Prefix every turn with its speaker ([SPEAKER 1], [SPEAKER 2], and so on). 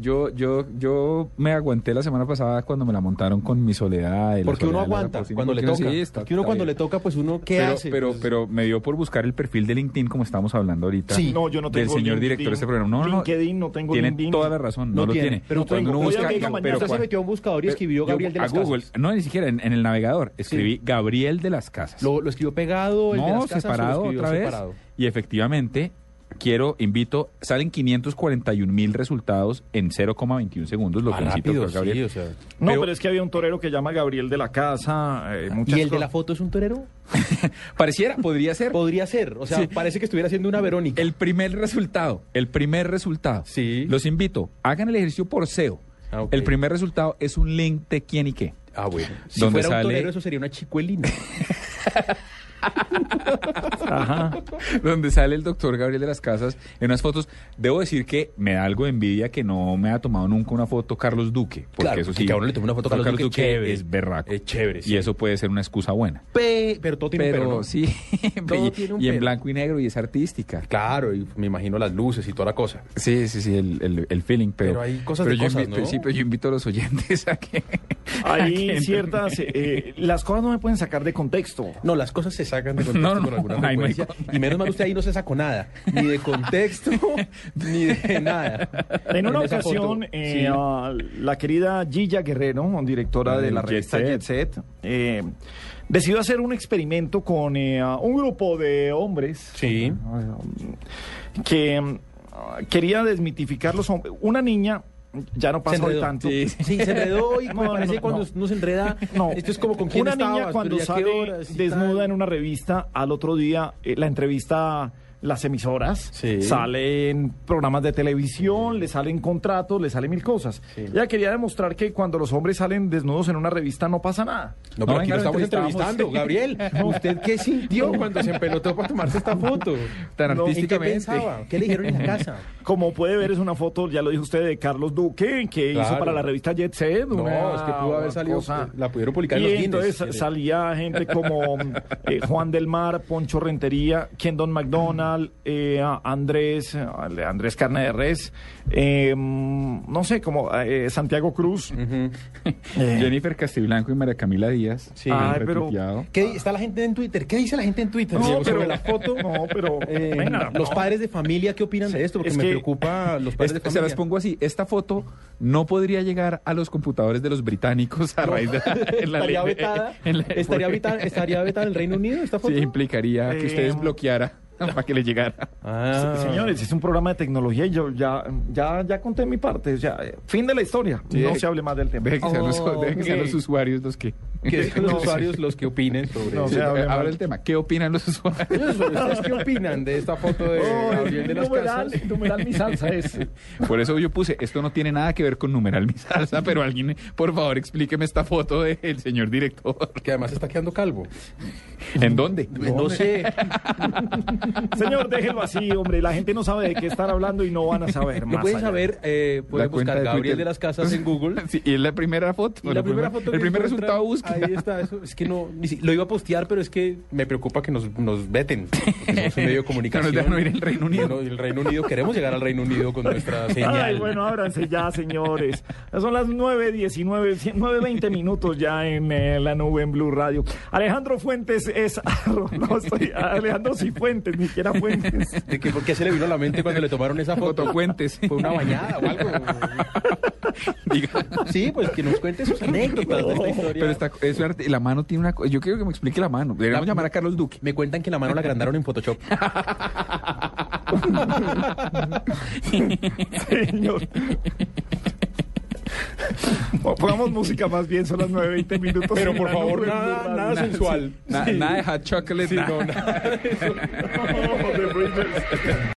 [SPEAKER 1] yo, yo, yo me aguanté la semana pasada cuando me la montaron con mi soledad. y la
[SPEAKER 2] Porque
[SPEAKER 1] soledad de
[SPEAKER 2] uno
[SPEAKER 1] Laura
[SPEAKER 2] aguanta
[SPEAKER 1] Pausini,
[SPEAKER 2] cuando le
[SPEAKER 1] porque
[SPEAKER 2] toca.
[SPEAKER 1] uno sí, está-
[SPEAKER 2] Porque uno
[SPEAKER 1] está
[SPEAKER 2] cuando
[SPEAKER 1] bien.
[SPEAKER 2] le toca, pues uno, ¿qué
[SPEAKER 1] pero,
[SPEAKER 2] hace?
[SPEAKER 1] Pero,
[SPEAKER 2] Pues,
[SPEAKER 1] pero me dio por buscar el perfil de LinkedIn, como estamos hablando ahorita.
[SPEAKER 2] Sí.
[SPEAKER 3] No, yo no tengo
[SPEAKER 1] Del señor
[SPEAKER 3] LinkedIn.
[SPEAKER 1] director de este programa. No, no,
[SPEAKER 3] LinkedIn, no tengo
[SPEAKER 1] tiene
[SPEAKER 3] LinkedIn.
[SPEAKER 1] toda la razón, no,
[SPEAKER 2] No
[SPEAKER 1] lo
[SPEAKER 2] tiene,
[SPEAKER 1] tiene.
[SPEAKER 2] pero
[SPEAKER 1] Cuando
[SPEAKER 2] tengo.
[SPEAKER 1] uno
[SPEAKER 3] Oye,
[SPEAKER 1] busca-
[SPEAKER 3] amiga, mañana
[SPEAKER 2] usted se
[SPEAKER 1] cuando-
[SPEAKER 2] metió a un buscador y escribió
[SPEAKER 1] yo-
[SPEAKER 2] Gabriel de las
[SPEAKER 1] a Google,
[SPEAKER 2] Casas.
[SPEAKER 1] no, ni siquiera en, en el navegador. Escribí Gabriel de las Casas.
[SPEAKER 2] ¿Lo, lo escribió pegado, el de
[SPEAKER 1] no,
[SPEAKER 2] las casas, o lo
[SPEAKER 1] separado
[SPEAKER 2] escribió
[SPEAKER 1] otra vez.
[SPEAKER 2] separado?
[SPEAKER 1] Y efectivamente, quiero, invito, salen 541 mil resultados en 0,21 segundos. Lo
[SPEAKER 2] Ah,
[SPEAKER 1] felicito,
[SPEAKER 2] rápido,
[SPEAKER 1] doctor Gabriel.
[SPEAKER 2] sí, o sea.
[SPEAKER 3] No,
[SPEAKER 1] Pero-
[SPEAKER 3] pero es que había un torero que llama Gabriel de la Casa. eh, muchas
[SPEAKER 2] ¿Y el de la
[SPEAKER 3] cosas.
[SPEAKER 2] foto es un torero?
[SPEAKER 1] Pareciera, podría ser.
[SPEAKER 2] Podría ser. O sea,
[SPEAKER 1] Sí.
[SPEAKER 2] parece que estuviera haciendo una Verónica.
[SPEAKER 1] El primer resultado, el primer resultado.
[SPEAKER 2] Sí.
[SPEAKER 1] Los invito, hagan el ejercicio por SEO.
[SPEAKER 2] Ah, ok.
[SPEAKER 1] El primer resultado es un link de quién y qué.
[SPEAKER 2] Ah, bueno. Si
[SPEAKER 1] ¿Dónde
[SPEAKER 2] fuera un
[SPEAKER 1] sale?
[SPEAKER 2] torero, eso sería una chicuelina.
[SPEAKER 1] donde sale el doctor Gabriel de las Casas en unas fotos. Debo decir que me da algo de envidia que no me ha tomado nunca una foto Carlos Duque. Porque
[SPEAKER 2] Claro,
[SPEAKER 1] eso
[SPEAKER 2] porque
[SPEAKER 1] sí,
[SPEAKER 2] que a uno le tome una foto a Carlos Duque, chévere.
[SPEAKER 1] es berraco.
[SPEAKER 2] Es chévere,
[SPEAKER 1] Y
[SPEAKER 2] sí.
[SPEAKER 1] eso puede ser una excusa buena.
[SPEAKER 2] Pe- pero todo tiene un
[SPEAKER 1] pero
[SPEAKER 2] pero, ¿no?
[SPEAKER 1] sí,
[SPEAKER 2] Todo
[SPEAKER 1] y,
[SPEAKER 2] tiene un
[SPEAKER 1] y en
[SPEAKER 2] pero.
[SPEAKER 1] blanco y negro y es artística.
[SPEAKER 2] Claro, y me imagino las luces y toda la cosa.
[SPEAKER 1] Sí, sí, sí, el, el- el feeling, pero...
[SPEAKER 2] Pero hay cosas de
[SPEAKER 1] yo
[SPEAKER 2] cosas,
[SPEAKER 1] invito,
[SPEAKER 2] ¿no?
[SPEAKER 1] sí, pero yo invito a los oyentes a que...
[SPEAKER 2] Ah,
[SPEAKER 3] Hay ciertas. eh, las cosas no me pueden sacar de contexto.
[SPEAKER 2] No, las cosas se sacan de contexto
[SPEAKER 1] No, no,
[SPEAKER 2] con alguna
[SPEAKER 1] no, ahí no hay
[SPEAKER 2] frecuencia.
[SPEAKER 1] con-
[SPEAKER 2] y menos mal usted ahí no se sacó nada, ni de contexto, ni de nada.
[SPEAKER 3] En una
[SPEAKER 2] esa foto,
[SPEAKER 3] ocasión, eh,
[SPEAKER 2] sí.
[SPEAKER 3] ah, la querida Gilla Guerrero, directora de la
[SPEAKER 1] Jet
[SPEAKER 3] revista
[SPEAKER 1] Set.
[SPEAKER 3] Jet Set, eh, decidió hacer un experimento con eh, ah, un grupo de hombres
[SPEAKER 2] Sí.
[SPEAKER 3] que mm, ah, quería desmitificar los hombres. Una niña, ya no
[SPEAKER 2] Se
[SPEAKER 3] pasa hoy
[SPEAKER 2] enredó.
[SPEAKER 3] tanto.
[SPEAKER 1] Sí, sí.
[SPEAKER 2] Sí, se enredó y me
[SPEAKER 3] No, no,
[SPEAKER 2] parece
[SPEAKER 3] no,
[SPEAKER 2] cuando
[SPEAKER 3] no.
[SPEAKER 2] uno se enreda.
[SPEAKER 3] No,
[SPEAKER 2] Esto es como con quién
[SPEAKER 3] una
[SPEAKER 2] estabas,
[SPEAKER 3] niña
[SPEAKER 2] pero
[SPEAKER 3] cuando
[SPEAKER 2] ya qué
[SPEAKER 3] sale
[SPEAKER 2] horas y
[SPEAKER 3] desnuda
[SPEAKER 2] tal.
[SPEAKER 3] en una revista, al otro día eh, la entrevista las emisoras,
[SPEAKER 2] Sí.
[SPEAKER 3] salen programas de televisión, le salen contratos, le salen mil cosas.
[SPEAKER 2] Sí.
[SPEAKER 3] Ella quería demostrar que cuando los hombres salen desnudos en una revista no pasa nada.
[SPEAKER 2] No, pero
[SPEAKER 1] No,
[SPEAKER 2] aquí
[SPEAKER 1] venga,
[SPEAKER 2] lo
[SPEAKER 1] lo
[SPEAKER 2] estamos
[SPEAKER 1] entrevistamos.
[SPEAKER 2] entrevistando, Gabriel. ¿Usted qué sintió cuando se empelotó para tomarse esta foto?
[SPEAKER 1] Tan
[SPEAKER 2] ¿En ¿Qué
[SPEAKER 1] artísticamente.
[SPEAKER 2] pensaba? ¿Qué le dijeron en la casa?
[SPEAKER 3] Como puede ver, es una foto, ya lo dijo usted, de Carlos Duque, que
[SPEAKER 2] Claro.
[SPEAKER 3] hizo para la revista Jet Set.
[SPEAKER 2] No,
[SPEAKER 3] una
[SPEAKER 2] es que pudo haber salido,
[SPEAKER 3] cosa.
[SPEAKER 2] la pudieron publicar en
[SPEAKER 3] Y
[SPEAKER 2] los Guinness,
[SPEAKER 3] entonces
[SPEAKER 2] si quiere.
[SPEAKER 3] salía gente como eh, Juan del Mar, Poncho Rentería, Kendon McDonald, eh, a- Andrés, eh, Andrés Carne de Res, eh, mm, no sé, como eh, Santiago Cruz.
[SPEAKER 2] Mm.
[SPEAKER 3] Eh,
[SPEAKER 1] Jennifer Castiblanco y María Camila Díaz.
[SPEAKER 2] Sí.
[SPEAKER 1] han
[SPEAKER 3] Ay, pero-
[SPEAKER 1] retuiteado.
[SPEAKER 2] ¿Qué di- está la gente en Twitter? ¿Qué dice la gente en Twitter?
[SPEAKER 3] No,
[SPEAKER 2] Diego,
[SPEAKER 3] pero
[SPEAKER 2] sobre
[SPEAKER 3] la
[SPEAKER 2] la-
[SPEAKER 3] foto, no, pero...
[SPEAKER 2] Eh,
[SPEAKER 3] venga,
[SPEAKER 2] los
[SPEAKER 3] no.
[SPEAKER 2] padres de familia, ¿qué opinan de esto? Porque
[SPEAKER 3] Es
[SPEAKER 2] me
[SPEAKER 3] que-
[SPEAKER 2] preocupa los padres de
[SPEAKER 1] Este- se
[SPEAKER 2] familia.
[SPEAKER 1] las pongo así, esta foto no podría llegar a los computadores de los británicos a raíz de en la
[SPEAKER 2] ¿Estaría
[SPEAKER 1] ley de-
[SPEAKER 2] vetada?
[SPEAKER 1] en la-
[SPEAKER 2] ¿Estaría,
[SPEAKER 1] porque-
[SPEAKER 2] vetada, ¿Estaría vetada en el Reino Unido esta foto? um,
[SPEAKER 1] Sí, implicaría que usted
[SPEAKER 3] Eh,
[SPEAKER 1] desbloqueara para que le llegara.
[SPEAKER 2] Ah.
[SPEAKER 3] Señores, es un programa de tecnología y yo ya, ya, ya conté mi parte. O sea, eh, fin de la historia.
[SPEAKER 1] Sí,
[SPEAKER 3] no
[SPEAKER 1] eh,
[SPEAKER 3] se hable más del tema.
[SPEAKER 1] Deje que, sean, los,
[SPEAKER 2] Oh,
[SPEAKER 1] deje que sean
[SPEAKER 2] ok.
[SPEAKER 1] los usuarios los que...
[SPEAKER 2] Que son los
[SPEAKER 3] No.
[SPEAKER 2] usuarios los que opinen sobre
[SPEAKER 3] No,
[SPEAKER 2] eso.
[SPEAKER 3] se hable
[SPEAKER 1] Ahora
[SPEAKER 3] mal.
[SPEAKER 1] el tema, ¿qué opinan los usuarios?
[SPEAKER 2] Ellos, ¿Ustedes qué opinan de esta foto de
[SPEAKER 3] Oh,
[SPEAKER 2] Gabriel eh, de las
[SPEAKER 3] numeral,
[SPEAKER 2] Casas?
[SPEAKER 3] numeral mi salsa es.
[SPEAKER 1] Por eso yo puse, esto no tiene nada que ver con numeral mi salsa, pero alguien, por favor, explíqueme esta foto del señor director.
[SPEAKER 2] Que además está quedando calvo.
[SPEAKER 1] ¿En dónde?
[SPEAKER 2] No sé.
[SPEAKER 3] Señor, déjelo así, hombre. La gente no sabe de qué estar hablando y no van a saber más.
[SPEAKER 2] No pueden
[SPEAKER 3] allá.
[SPEAKER 2] saber, eh,
[SPEAKER 1] La
[SPEAKER 2] pueden
[SPEAKER 1] cuenta
[SPEAKER 2] buscar
[SPEAKER 1] de
[SPEAKER 2] Gabriel
[SPEAKER 1] Twitter.
[SPEAKER 2] de las Casas en Google.
[SPEAKER 1] Sí, y es la primera foto.
[SPEAKER 2] Y la primera foto que
[SPEAKER 1] El primer
[SPEAKER 2] encuentran,
[SPEAKER 1] resultado busca.
[SPEAKER 2] Ahí está, eso. Es que no. ni si- lo iba a postear, pero es que me preocupa que nos, nos veten. porque Somos un medio de comunicación.
[SPEAKER 1] No nos dejan oír el Reino Unido.
[SPEAKER 2] Bueno, el Reino Unido. Queremos llegar al Reino Unido con nuestra señal.
[SPEAKER 3] Ay, bueno, ábranse ya, señores. Son las 9.19, 9.20 minutos ya en eh, la nube en Blue Radio. Alejandro Fuentes es. No, estoy. Alejandro Cifuentes, ni siquiera Fuentes.
[SPEAKER 2] ¿De qué, ¿Por qué se le vino a la mente cuando le tomaron esa foto?
[SPEAKER 1] Fotocuentes.
[SPEAKER 2] ¿Fue una bañada o algo?
[SPEAKER 1] Diga.
[SPEAKER 2] Sí, pues que nos cuente sus anécdotas de esta historia.
[SPEAKER 1] Pero está, es una arte- la mano tiene una cosa. Yo quiero que me explique la mano. Deberíamos
[SPEAKER 2] La-
[SPEAKER 1] llamar a Carlos Duque.
[SPEAKER 2] Me cuentan que la mano la agrandaron en Photoshop.
[SPEAKER 3] Señor. Pongamos música más bien, son las 9.20 minutos.
[SPEAKER 2] Pero, por
[SPEAKER 3] en la
[SPEAKER 2] favor,
[SPEAKER 3] nube en
[SPEAKER 2] nada-
[SPEAKER 3] Blue Radio.
[SPEAKER 2] nada sensual.
[SPEAKER 1] Na-
[SPEAKER 2] Sí.
[SPEAKER 1] Nada de hot chocolate. nada.
[SPEAKER 3] No, de Bridges.